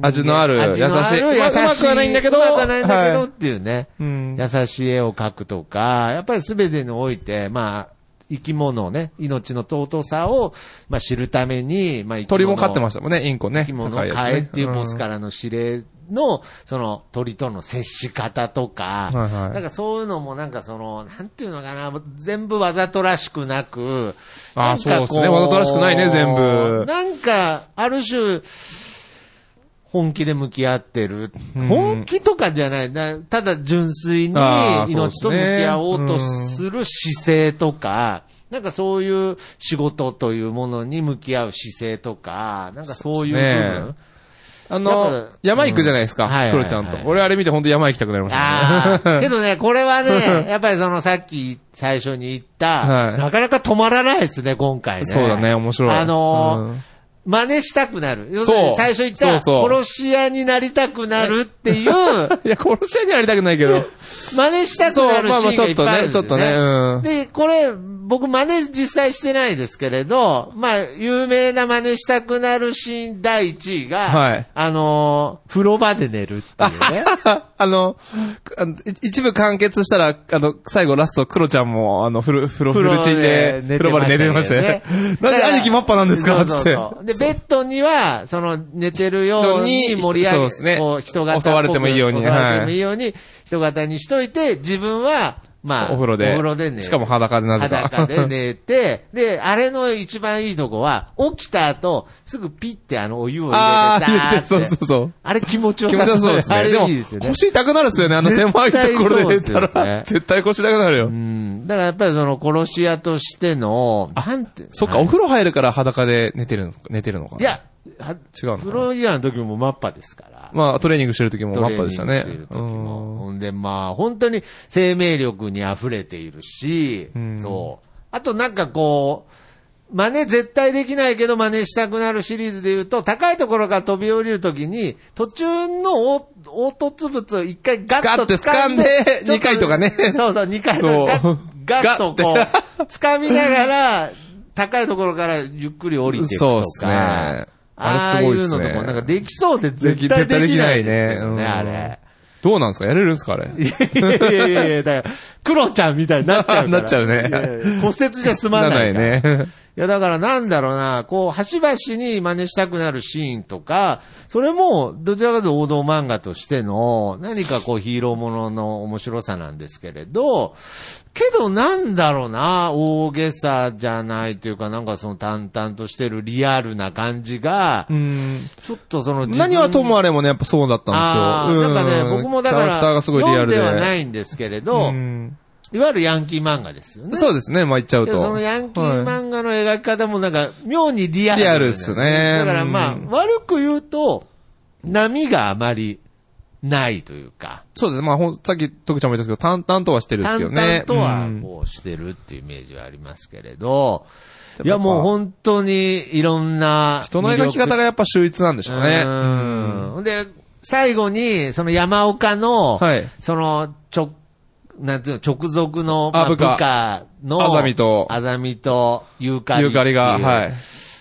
味のある
味のある
優しいまあうまくはないんだけど
うまくはないんだけど
はい
っていうね、
うん
優しい絵を描くとか、やっぱり全てにおいて、まあ、生き物をね、命の尊さを、まあ、知るために、まあ、生き物
鳥
を
も飼ってましたもんね、インコね。
生き物を
高いやつね
飼えっていうボスからの指令の、その鳥との接し方とか、
はいはい
なんかそういうのもなんかその、なんていうのかな、全部わざとらしくなく、
あ
なんかこ
そうですねわざとらしくないね全部
なんか、ある種、本気で向き合ってる。本気とかじゃない。なただ純粋に
あー
命と
そう
向
です
き
ね
合おうとする姿勢とか、なんかそういう仕事というものに向き合う姿勢とか、なんかそういう部分。
ねあ
やっ
の
ぱ、
山行くじゃないです
う
か
んはいはい。
ク
はい
ロちゃんと。俺あれ見て本当山行きたくなりました
あ
ね。
あ、けどね、これはね、やっぱりそのさっき最初に言った、
はい
なかなか止まらないですね、今回ね。
そうだね、面白い。
あのー
うん
真似したくなる。要するに最初言った、
そうそう
殺し屋になりたくなるって いう、
いや、殺し屋にはなりたくないけど。
真似したくなるシーンがいっぱいあるんですよ、ね。
そうまあまあちょっとねちょっとねうん
で、これ、僕真似実際してないですけれど、まあ、有名な真似したくなるシーン第1位が、
はい
あのー風呂場で寝るっていうね。
あの、あのい一部完結したら、あの、最後ラスト、クロちゃんも、あの、フル、フロ、フルチンで、風呂場で寝てましたね。なんで兄貴マッパなんですかつって。
って。で、ベッドには、その、寝てるように盛り上げ
そうですね
こう人型っぽく
襲われてもいいように
襲われてもいいように、人型にしといて、自分は、まあ、
お風呂で。
お風呂で寝
しかも裸でなぜか。
裸で寝て、で、あれの一番いいとこは、起きた後、すぐピッてあのお湯を
あ
入
あ
れて、
ー、言って、そうそうそう。
あれ気持ちよ
気
か
持
っ
ち
た。
よそうです
あ
ね。
れ
でも
いいですよ、ね。
腰痛くなるっすよね、あの
絶
狭
対
いところで寝た
そうですよね
ら。絶対腰痛くなるよ
う。ん。だからやっぱりその殺し屋としての、なんていうの
そっか、お風呂入るから裸で寝てるのか、寝てるのかな。
い、や、は
違うの
プ
かな。
ロイヤーの時もマッパですから。
まあ、トレーニングしてる時もマッパでしたね
トレーニングしてる。時も
うん
ほんで、まあ、本当に生命力に溢れているし、
うん
そう。あとなんかこう、真似絶対できないけど真似したくなるシリーズで言うと、高いところから飛び降りるときに、途中のお凹凸物を一回ガッと掴んで、
ガッと掴んで
ちょっ
二回とかね
そうそう、2回
そう
とか、ガッガッとこ
ガッ
う、掴みながら、高いところからゆっくり降りていくとか。
そうっすねあ
あ
れすごいっ
あい
す
う
ね
のとか、なんかできそうで絶対できないですけどね、
うん
あれ。
どうなんですかやれるんですかあれ。
いやいやいやいや、だから、クロちゃんみたいになっちゃうから。
なっちゃうね
いやいや骨折じゃ済まないから。
ならないね。
いや、だからなんだろうな、こう、端々に真似したくなるシーンとか、それも、どちらかというと王道漫画としての、何かこう、ヒーローものの面白さなんですけれど、けどなんだろうな、大げさじゃないというか、なんかその淡々としてるリアルな感じが、
うん。
ちょっとその自分、
何はともあれもね、やっぱそうだったんですよ。
あーなんかね、
う
僕もだか
キャラ
ら、
クターがすごいリアルで。
読んではないんですけれど、
うん
いわゆるヤンキー漫画ですよね。
そうですね、まあ言っちゃう
で
と。
そのヤンキー
はい
漫画の描き方もなんか、妙にリアル、
リアルっすね
だからまあ、
うん
悪く言うと、波があまりないというか、
そうですね、まあほん、さっき徳ちゃんも言ったんですけど、淡々とはしてるんです
淡
けど
々
ね。
とは
うん
こうしてるっていうイメージはありますけれど、
うん
いやもう本当にいろんな。
人の描き方がやっぱ秀逸なんでしょうね。
うん。ほんで、最後に、その山岡の、
はい
その、ちょ、なんつうの、直属の、
あ
まあ
部下
部下の、
あざみと
あざみと、ゆうかり。
ゆかりが、はい。。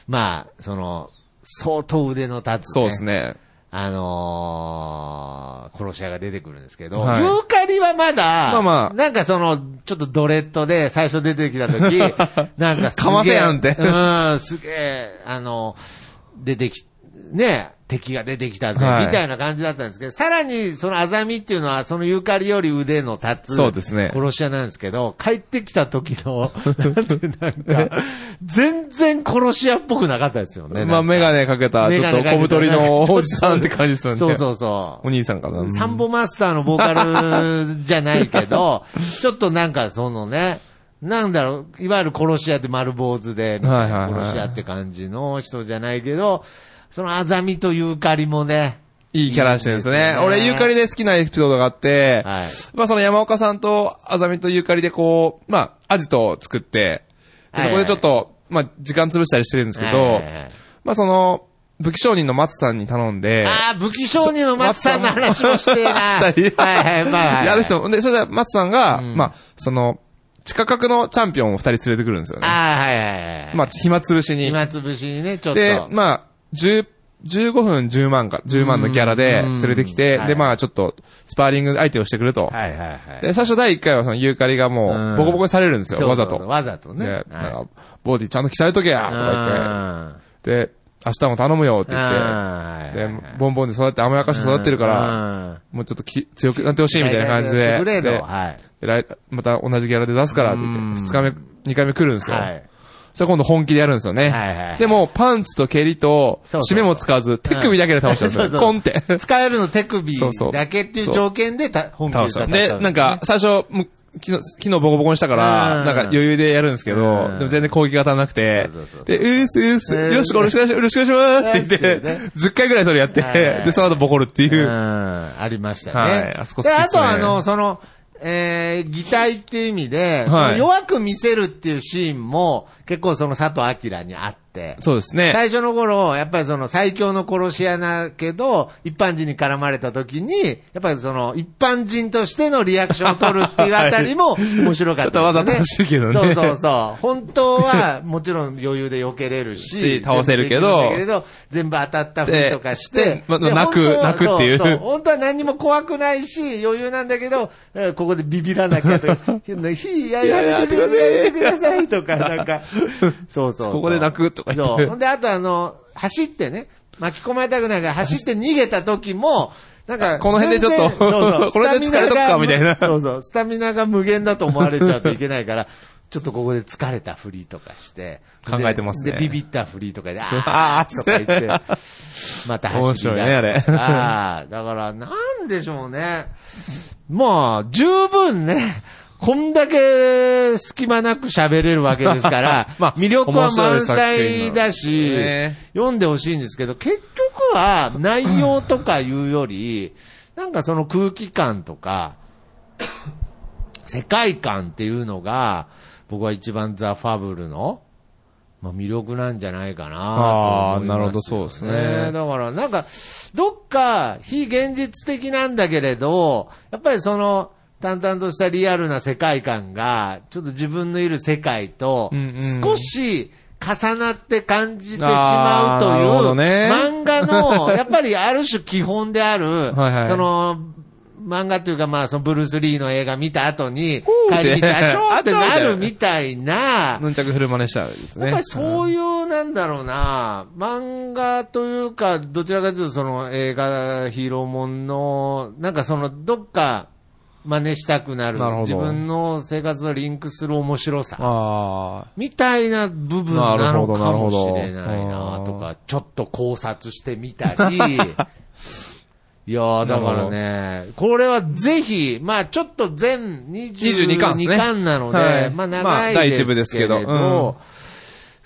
まあ、その、相当腕の立つ、ね。
そうですね。
あのー、殺し屋が出てくるんですけど、
はい
ユーカリはまだ、
まあまあ
なんかその、ちょっとドレッドで最初出てきたと き、なんかすげえ
かませやんって
うん、すげえ、あの、出てき、ね、敵が出てきたぜ、
はい
みたいな感じだったんですけど、さらにそのアザミっていうのは、そのユーカリより腕の立つ、
そうですね
殺し屋なんですけど、帰ってきた時の、なんてなんか、全然殺し屋っぽくなかったですよね。
まあ、メガネかけた、ちょっと小太りのおじさんって感じですよね。
そうそうそう。
お兄さんかな。うん
サンボマスターのボーカルじゃないけ ど、ちょっとなんかそのね、なんだろう、いわゆる殺し屋って丸坊主で、みたい
はい
な
は
い
はい
殺し屋って感じの人じゃないけど、そのあざみとゆかりもね、
いいキャラしてるんです
いい
ね。
ですね
俺、ゆかりで好きなエピソードがあって、
はい
まあその山岡さんと、あざみとゆかりでこう、まあ、アジトを作って、
はい
でそ
は
こ
い
でちょっと、まあ、時間潰したりしてるんですけ
はい
ど
はいはい、
まあその、武器商人の松さんに頼んで、
ああ、武器商人の松さんの話もしてえ な。
したり、
はいはい、まあ。
やる。人、で、それで松さんが、
ん
まあ、その、地下格のチャンピオンを二人連れてくるんですよね。
ああ、はいはいはい。
まあ、暇つぶしに。
今潰しにね、ちょっと。
で、まあ、10、15分10万か、10万のキャラで連れてき
う
て
ん、はい
で、まあ、ちょっと、スパーリング相手をしてくると。
はいはいはい。
で、最初第1回はそのユーカリが
う
も
ん
う、ボコボコにされるんです
そ
よ、
う
わざ
そう
と。
わざとね。
で、
はい
なんかボーディちゃんと鍛えとけやとか
あ
言って、で、明日も頼むよって
ー
言っ
あー
て、で、ボンボンで育って甘やかして育ってるから、
うん
もうちょっとき強くなってほしいみたいな感じで、
グレード
で
はい。
で来また同じギャラで出すからっ
う
て言
ん
って、2日目、2回目来るんですよ。
はい。
それ今度本気でやるんですよ
は
ね。
いはいはい
でも、パンチと蹴りと、
そうそ
締
う
めも使わず、手首だけで倒したんです
うん
よ。
そうそう
コンって。
使えるの手首
そうそう
だけっていう条件でた本気
倒した。で、なんか、、最初、む昨日、昨日ボコボコにしたから
う、ん
なんか余裕でやるんですけど、
うん
でも全然攻撃が当たらなくて
そうそうそう、
で、うーすうーす、
うん
よし、これよろしくお願いしよろしくお願いしますって言っ
なんて
て、10回ぐらいそれやって、
はいはいはい
で、その後ボコるっていうう。
ん、ありましたね。
はいあそこ好き
で、
っすね
あとあの、その、えー、擬態っていう意味で、その弱く見せるっていうシーンも、結構その佐藤明にあって、
そうですね。
最初の頃、やっぱりその最強の殺し屋だけど、一般人に絡まれた時に、やっぱりその一般人としてのリアクションを取るっていうあたり も面白かったですね。
ちょっとわざとらしいけどね
そうそうそう。本当はもちろん余裕で避けれるし、
し倒せるけ
全部できるんだ
ど
けれど全部当たったふりとかして
で、まあ
で
泣く
本当は
泣くっていう
そそ本当は何も怖くないし、余裕なんだけど、えーここでビビらなきゃと か、ひいや、やめてください、やめてくださいとか、なん か、そうそうそう。
ここで泣くとか言っ
そ
て
う。ほんで、あとあの、走ってね、巻き込まれたくないから走って逃げた時も、なんか、
この辺でちょっと
全然そうそう
これで疲れとくかみたいな
スタミナがそうそう、スタミナが無限だと思われちゃうといけないから、 ちょっとここで疲れたふりとかして、
考えてますね
で、でビビったふりとかで、あ
そう
ーとか言って、また走り出す
面白いねあれ
あーだから、なんでしょうね。まあ、十分ね、 こんだけ隙間なく喋れるわけです から、
まあ
魅力は
面白い
満
作品
載
の
だし、
ね
読んでほしいんですけど、結局は内容とかいうより、なんかその空気感とか、世界観っていうのが、僕は一番ザ・ファブルの、まあ、魅力なんじゃないかなと思いますよ、
あーなるほどそうですね
だからなんか、どっか非現実的なんだけれど、やっぱりその、淡々としたリアルな世界観が、ちょっと自分のいる世界と
うんうん、
少し重なって感じてしまうと
あーなるほど
いう、
ね
漫画 の、やっぱりある種基本である、
はいはい
その、漫画というか、まあ、そのブルース・リーの映画見た後に
う、
帰り見て、
って
あ、ちょーって
あちょー
な
って
るみたい な、
ヌンチャクフルマネしたやつね。
やっぱりそう
う
いう、なんだろうな、漫画というか、どちらかというとその映画、ヒーローもんの、なんかその、どっか真似したくなる、
なるほど
自分の生活とリンクする面白さ
ん。。ああ。
みたいな部分なのかもしれない
なるほどなる
な
ほど
とか、ちょっと考察してみたり。 いやー、だからね、これはぜひ、まあちょっと全22
22巻ですね
巻なので、
はい
まあ
ま
長
あ
い
第
で
一部ですす
けれ
けど
ど、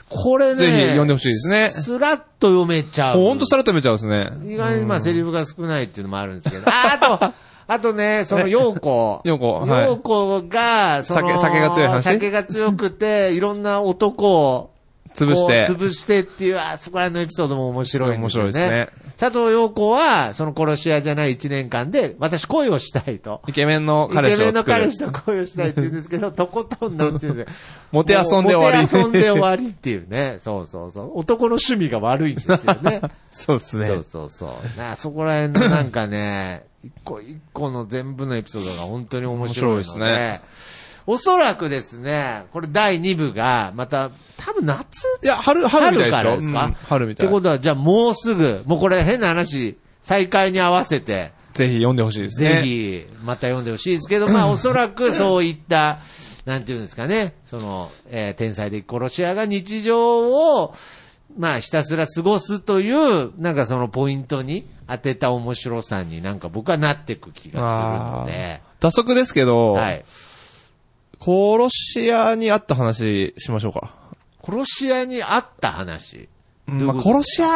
これね、
ぜひ読んでほしいですね
すらっと読めちゃう。
もうほんとさらとめちゃうんですね。
意外にまあセリフが少ないっていうのもあるんですけど。あ、あと、あとね、その、陽子。
陽子はい
陽子が、その
酒酒が強い話
酒が強くて、いろんな男を、
潰して。
こう潰してっていう、あそこら辺のエピソードも面白いんですよ、ね。
面白いです
ね。佐藤陽子は、その殺し屋じゃない1年間で、私恋をしたいと。
イケメンの
イケ
彼氏を
メンの
作る。
彼氏と恋をしたいって言うんですけど、とことんなんて言うんですよ。
モテ遊んで終わり
モテ遊んで終わりっていうね。そうそうそう。男の趣味が悪いんですよね。
そうですね。
そうそうそう。なあそこら辺のなんかね、 一個一個の全部のエピソードが本当に面白いので。
面白いですね
おそらくですね、これ第2部が、また、多分夏
いや、春、春みた
春
いでしょ
からですか
うん春み
った
い
て
な
こ。とは、じゃあもうすぐ、もうこれ変な話、再開に合わせて、
ぜひ読んでほしいですね。
ぜひ、また読んでほしいですけど、 まあおそらくそういった、なんていうんですかね、その、えー天才的殺し屋が日常を、まあひたすら過ごすという、なんかそのポイントに当てた面白さになんか僕はなってく気がするので、
あー。打足ですけど、
はい。
殺し屋にあった話しましょうか。
殺し屋にあった話。
うん
ど
まあ、
ういうこと
殺し屋、ま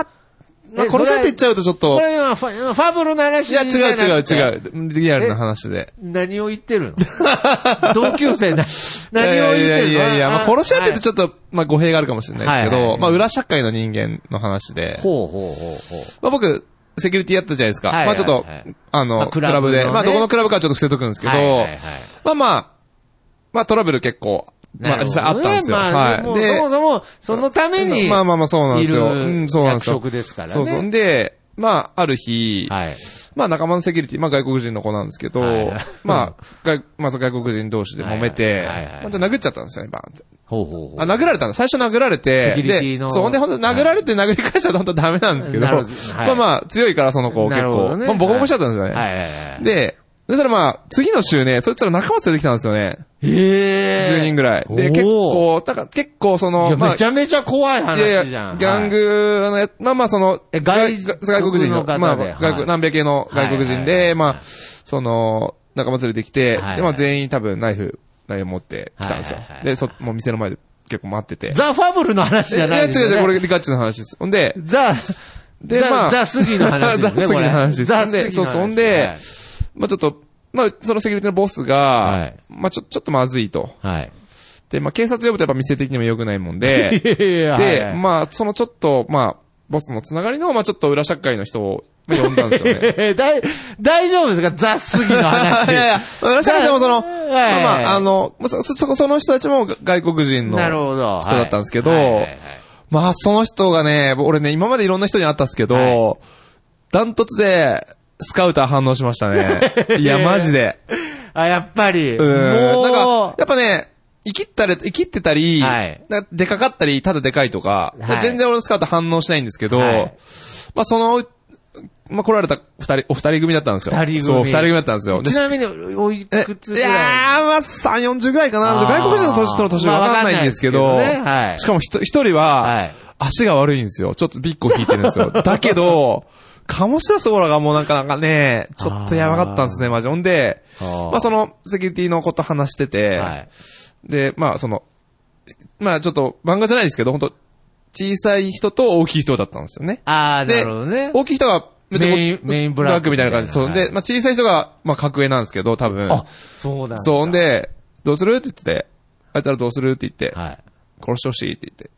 あ、
えそれ
殺し屋って言っちゃうとちょっと
こ、れはファファブルの話
い
じゃ
や、
な
違う
くて
違う違う。リアルな話で。
何を言ってるの同級生な、何を言ってるの
いやいやいやいや、まあ、殺し屋って言うとち
ょっ
ょっと、まあ、語弊があるかもしれないですけど、
はいはい
まあ、裏社会の人間の話で、
ほうほうほうほう。
まあ、僕、セキュリティやったじゃないですか。
はいはいはい
まあ、ちょっと、あの、
まあク
ク
ラブ
ラブで、
のね
まあ、どこのクラブかはちょっと伏せとくんですけど、
はいはいはい
まあまあ、まあ、トラブル結構、まあ、実際あったんですよ。
なるほどねまあ、も
は
う
い。
そもそも、そのために、
まあまあまあ、そうなんですよ。う
いる
ん、そうなんですよ。
役職ですからね
そうそう。んで、まあ、ある日、
はい。
まあ仲間のセキュリティ、まあ外国人の子なんですけど、
はい
まあ、外、 まあその外国人同士で揉めて、
はいはいはいはい
ほんと殴っちゃったんですよね、バーンって。
ほうほうほう。
あ、殴られたんだ。最初殴られて、
セキュリティの
で、そう、ほんで本当殴られて殴り返したら本当ダメなんですけど、
なるほどはい
まあまあ強いからその子結
なるほど
構、
ね
まあボコボコしちゃったんですよね。
はいはいはい。で、
で、そしたらまあ、次の週ね、そいつら仲間連れてきたんですよね。
え
10人ぐらい。
お
で、
ー
結構、なんか結構そ
い
の、
や
まあ
めち、ゃめちゃ怖い
いや
話
い
じゃ
や、
ん。
ギャン
はい
グのや、まあまあその、
え外
外外国
外国
人の、
の方で
まあ、
はい
外国、南米系の外
は
国人
いはいはいは
で、
い
まあ、その、仲間連れてき
は
て、
いはい
で、まあ全員多分ナイフ、ナイフ持ってきたんですよ
はいはいは。い
で、そ、もう店の前で結構待ってて。
ザ・ファブルの話じゃない
や、
ん
違
ですよ
う
ね
違う、これガチの話です。ほんで、
ザ、
で
ザ
まあ
ザ・スギの話ですね、
ザ
これ。
杉の話です
ザ・スギの話。
そうそんで
はい
まあちょっと、まあ、そのセキュリティのボス
は
が
い、
まあちょ、ちょっとまずいと。
はい。
で、まあ警察呼ぶとやっぱ店的にも良くないもん で、で
で、
まあ、そのちょっと、まあ、ボスのつながりの、まあちょっと裏社会の人をまあ呼んだんですよね。
えーだい大丈夫ですかザ・スギの 話。
いやいや、私はでもその、
じゃ
ま
あ
あ
はい
まあ、あの、そ、そそこ、その人たちも外国人の
なるほど。
人だったんですけど
はいはいはいはい、
まあ、その人がね、俺ね、今までいろんな人に会ったんですけ
は
ど、ダントツで、スカウター反応しまし たね。いや、マジで。
あ、やっぱり。
うん。
もう
なんか、やっぱね、生きったり、生きってたり、
はい
なんかでかかったり、ただでかいとか、
はい
全然俺のスカウター反応しないんですけど、
はい
まあ、その、まあ、来られた二人、お二人組だったんです
二
よ。
人組
そう、二人組だったんですよ。で
ちなみに、おい
え
くつ
い
ぐらい
やー、まあ、3、40ぐらいかな。
あー
外国人の年との年はわかんないんですけ
まあ
ど、
わかんないですけどねはい
しかもひと一人は、
はい
足が悪いんですよ。ちょっとビッコ引いてるん ですよ。だけど、醸し出すオーラがもうなんかなんかね、ちょっとやばかったんですね、マジ。ほんで、
あー
まあその、セキュリティのこと話してて、
はい。
で、まあその、まあちょっと漫画じゃないですけど、本当小さい人と大きい人だったんですよね。
ああ、な
で
るほどね。
大きい人が、めっちゃこう
メインメインブラック
みたいな感じ。そう。
みたいな
で、まあ小さい人が、まあ格上なんですけど、多分。
あ、そうなんだ。
そう、ほんで、どうするって言ってて、あいつらどうするって言って、
はい。
殺してほしいって言って。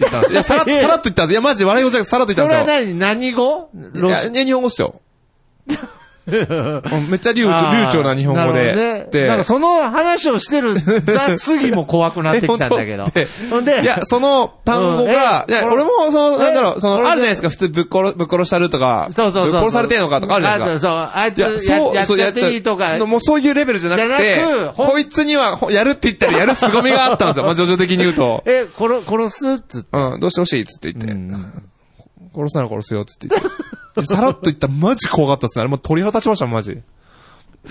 言ったんですいや、さらっと、さらっと言ったんですいや、マジ笑い事じゃなくてさらっと
そ
言っ
れ
た
は
んですよ。
何何語ロシ
いや、日本語っす よ。うんめっちゃ流
あー
流暢な日本語
なる
で。
ほどね
で
なんかその話を してるザ・スギも怖くなってきたんだけど
え本当で。
ほんで、
いや、その単
う
語が、
ん
い
え
や、
これ
俺も、その、なんだろう、その、
えこれ
あるじゃないですか、普通ぶっ殺、ぶっ殺したるとか、
そうそうそう。
ぶっ殺されてんのかとかあるじゃないですか。
あとそう、あいつややっちゃっていいとか。
もうそういうレベルじゃなく
じ
て
ゃなく、ほん
こいつには、ほやるって言ったらやる凄みがあったんですよ。まあ、徐々的に言うと。
え、殺、殺すっつって。
うん、どうしてほしいっつって言って、
うん
殺すなら殺すよっつって言って。 でさらっと言ったらマジ怖かったっすね。あれもう鳥肌立ちましたもん、マジ。も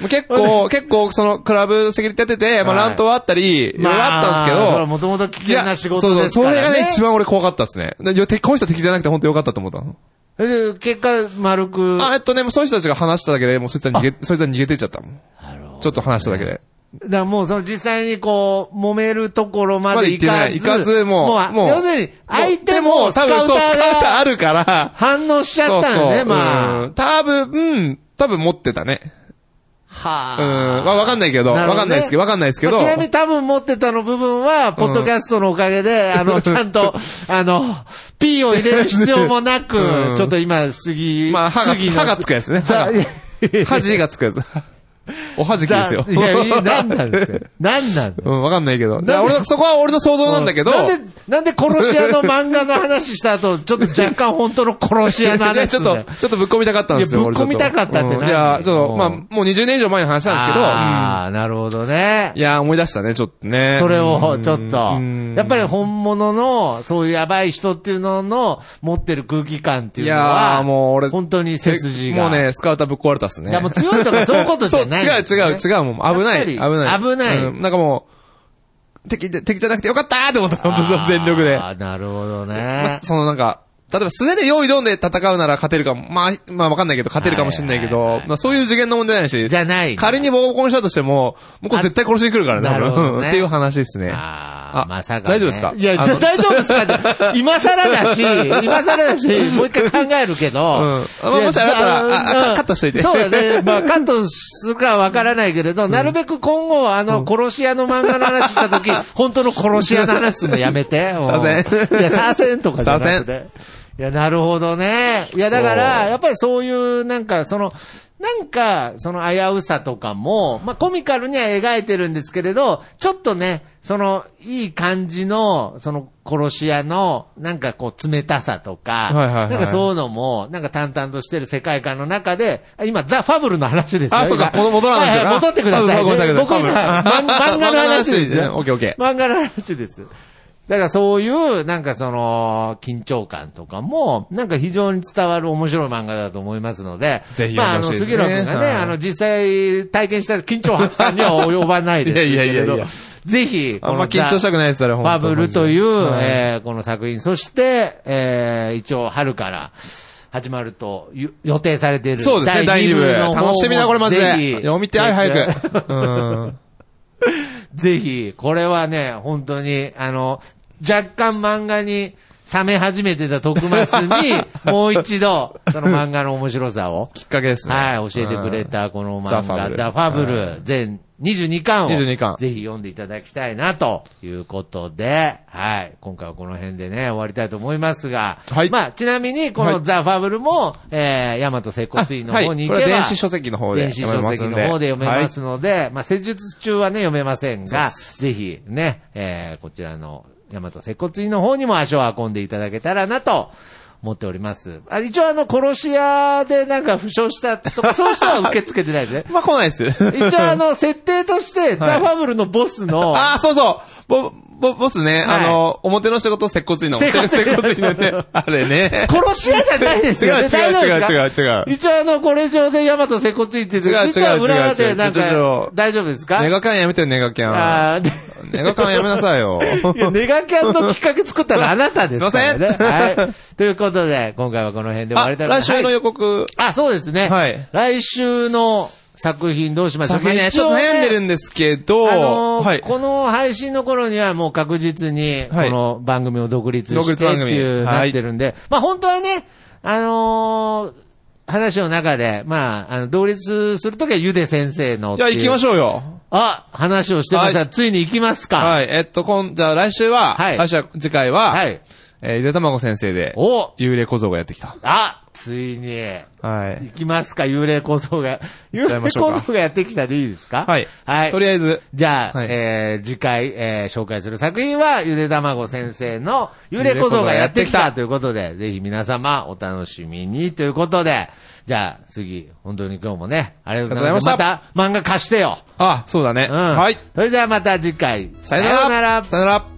う結構、結構、その、クラブセキュリティやってて、まあ、
はい
乱闘はあったり、いろいろあったんですけど、
もともと危
い
険
や
な仕事です
そう
か
そう、それ
ら
が
ね。
ね、一番俺怖かったっすね。でいや、てこの人敵じゃなくて本当よかったと思ったの。
で、結果、丸く。
あ、えっとね、もうその人たちが話しただけで、もうそいつは逃げ、そいつは逃げてっちゃったもん。
なるほど
ちょっと話しただけで。
だからもうその実際にこう、揉めるところま
まだ
で
行っ
行
てな
か
い
ず。
行かずもう
あ
もう
要するに、相手も、スカ
多
ウタ
分そう、スカ
ー
ウターあ
が
るから、
反応しちゃったんだね、まあ。
あ。多分、うん、多分持ってたね。
は
うん、
あ。
わわかんないけど、
なるほどね
わかんないですけど、わかんないですけど
まあ、ちなみに多分持ってたの部分は、ポッドキャストのおかげで、あの、ちゃん と、あの、P を入れる必要もなく、
うん
ちょっと今、杉、
まあ、歯がつ、
杉の
歯がつくやつね。
ざ
歯
いや
が、恥がつくやつ。 おはじきですよ。
ざいや、いやなんなんですよ。なんなんだよ
うん、わかんないけど。
ん
だ
で
から俺の、そこは俺の想像なんだけど、
なんで、なんで殺し屋の漫画の話した後、ちょっと若干本当の殺し屋の
いや
話 す
ちょ
ん
っ
だよ
と、ちょっとぶっ込みたかったんですよ。
いやぶっ込みたかったって何
俺ちょとうんいや、ちょっ
う
と、
ん
まあ、もう20年以上前の話なんですけど、うん
ああ、なるほどね。
いや、思い出したね、ちょっとね。
それを
う、ん
ちょっと
うん、
やっぱり本物の、そういうやばい人っていうのの、持ってる空気感っていうの
いや
は、
ーもう俺
本当に背筋が。
もうね、スカウターぶっ壊れたっすね。
いや、もう強いとかそういうことじ
そう、
ゃないん
違
で
う
すね、
違う違う、もう危な
やっ
い。
ぱり
危ない。
危ない
うんなんかもう、敵で、敵じゃなくてよかったーって思った、本当
あ
に
ー
全力で。
なるほど
まあ
ね。
そのなんか、例えば素手で用意どんで戦うなら勝てるかも、まあ、まあわかんないけど、勝てるかもしんないけ
はいはい
ど
は、い
まあそういう次元の問題ないし、
じゃない。
仮にボコボコにしたとしても、向こう絶対殺しに来るからね、
あ
多
な
分
るほどね
うんっていう話ですね。
ああ
あ
まさか、ね。
大丈夫ですか
いや、
あ
じゃ
の
大丈夫ですか って今更だし、今更だし、もう一回考えるけど。
うんまあもしあれだったら
いや
ああ
うん
カットしといて
そうだね。 まあ、カットするかわからないけれど、なるべく今後、あの、殺し屋の漫画の話した とき、本当の殺し屋の話するのやめて。うん
させん
いや、させんとかじゃなくて。いや、なるほどね。いや、だから、
そう
やっぱりそういう、なんか、その、なんか、その危うさとかも、まあ、コミカルには描いてるんですけれど、ちょっとね、その、いい感じの、その、殺し屋の、なんかこう、冷たさとか、
はいはいはい
なんかそういうのも、なんか淡々としてる世界観の中で、あ今、ザ・ファブルの話ですよ。
あそうか
今
戻戻らなきゃ
はいはい戻ってください。
ファブルごめんなさい
僕今、
ファブ
漫
ル
漫画の話です
漫画の話ですね
よ。
オッケーオッケ
漫画の話です。だからそういう、なんかその、緊張感とかも、なんか非常に伝わる面白い漫画だと思いますので、
ぜひ
まあ、あ
読ん
の、
でほしいで
杉
すね
浦君がね、
はい
あの、実際体験した緊張感には及ばないですけれど。
いやいやいやいや
ぜひ、
あんま緊張したくないです、あれ、
フ
本
ァ
当
ブルという、
はい
えーこの作品、そして、えー一応春から始まるとゆ予定されている
そうですね、第2
の方
部。
も
楽しみだ、これマジで。
ぜひ
読みて、はい、早く。うん。
ぜひ、これはね、本当に、あの、若干漫画に冷め始めてた徳松に、 もう一度、その漫画の面白さを、
きっかけですね。
はい、教えてくれたこの
ザ
漫
ファブ
画、
ル
ザ・ファブ
は
ル、全22巻を、
22巻
ぜひ読んでいただきたいな、ということで、はい、今回はこの辺でね、終わりたいと思いますが、
はい
まあ、ちなみに、こ
は
の
い
ザ・ファブルも、えー、ヤマト接
あ。
骨院の方に行けば、
はいこれ電子書籍の方で
電子
読め
書
ます
籍
んで。
の方で読めま
は
すので、まあ、施術中はね、読めませんが、ぜひね、えー、こちらの、大和接骨院の方にも足を運んでいただけたらなと、思っております。あ一応あの、殺し屋でなんか負傷したとか、そういう人は受け付けてないですね
い。。まあ、来ないです。
一応あの、設定として、ザ・ファブルのボスの、
ああ、そうそう。ボボボスね、
はい
あの、表の仕事、接骨院の。
接
接
骨院
骨院のね。あれね。
殺し屋じゃないです
違う
よ、ね。
違う違う違う違う。
う。一応あの、これ以上で大和接骨院って言ってる
違う違う
実は裏
違う違
で
う
なん
ちょちょち
か
ょ、
大丈夫ですか
ネガキャンやめてよ、ネガキャン。
あーで
ネガキャンやめなさいよ。
いや、ネガキャンの企画作ったのはあなたですからね。
すいません
はい。ということで、今回はこの辺で終わ
あ、
りたいと思い
来
ます
週の
はい
予告。
あ、そうですね。
はい
来週の作品どうしましょう
作品
まあ
ね、
一
ちょ
応
っと
ね
悩んでるんですけど、
あのー
はい。
この配信の頃にはもう確実に、こ
はい
の番組を独立して
独
って
立番組
いう、
は
ないってるんで、まあ本当はね、あのー話の中で、まあ、あの、同立するときはゆで先生のっ
い
てい
や、
う。
行きましょうよ。
あ、話をしてました。
は
ついに行きますか。
はい。えっと、今、じゃあ来週は、
はい
来週は、次回は、
はい
えーゆでたまご先生で、
お
幽霊小僧がやってきた。
あ、ついに。
はい。
行きますか、幽霊構想が。幽
っちゃ
霊
いましょうか
構想がやってきたでいいですか
はい。
はい。
とりあえず、
じゃあ、
はい
えー、次回、えー、紹介する作品は、ゆで卵先生の幽霊小僧がやってきたということで、ぜひ皆様お楽しみにということで、じゃあ、次、本当に今日もね、ありがとうございました。
あ
ま
りが
た漫画貸してよ。
あ、そうだね。
うん。
はい。。
それじゃあまた次回。
さよなら。
さよなら
さよなら。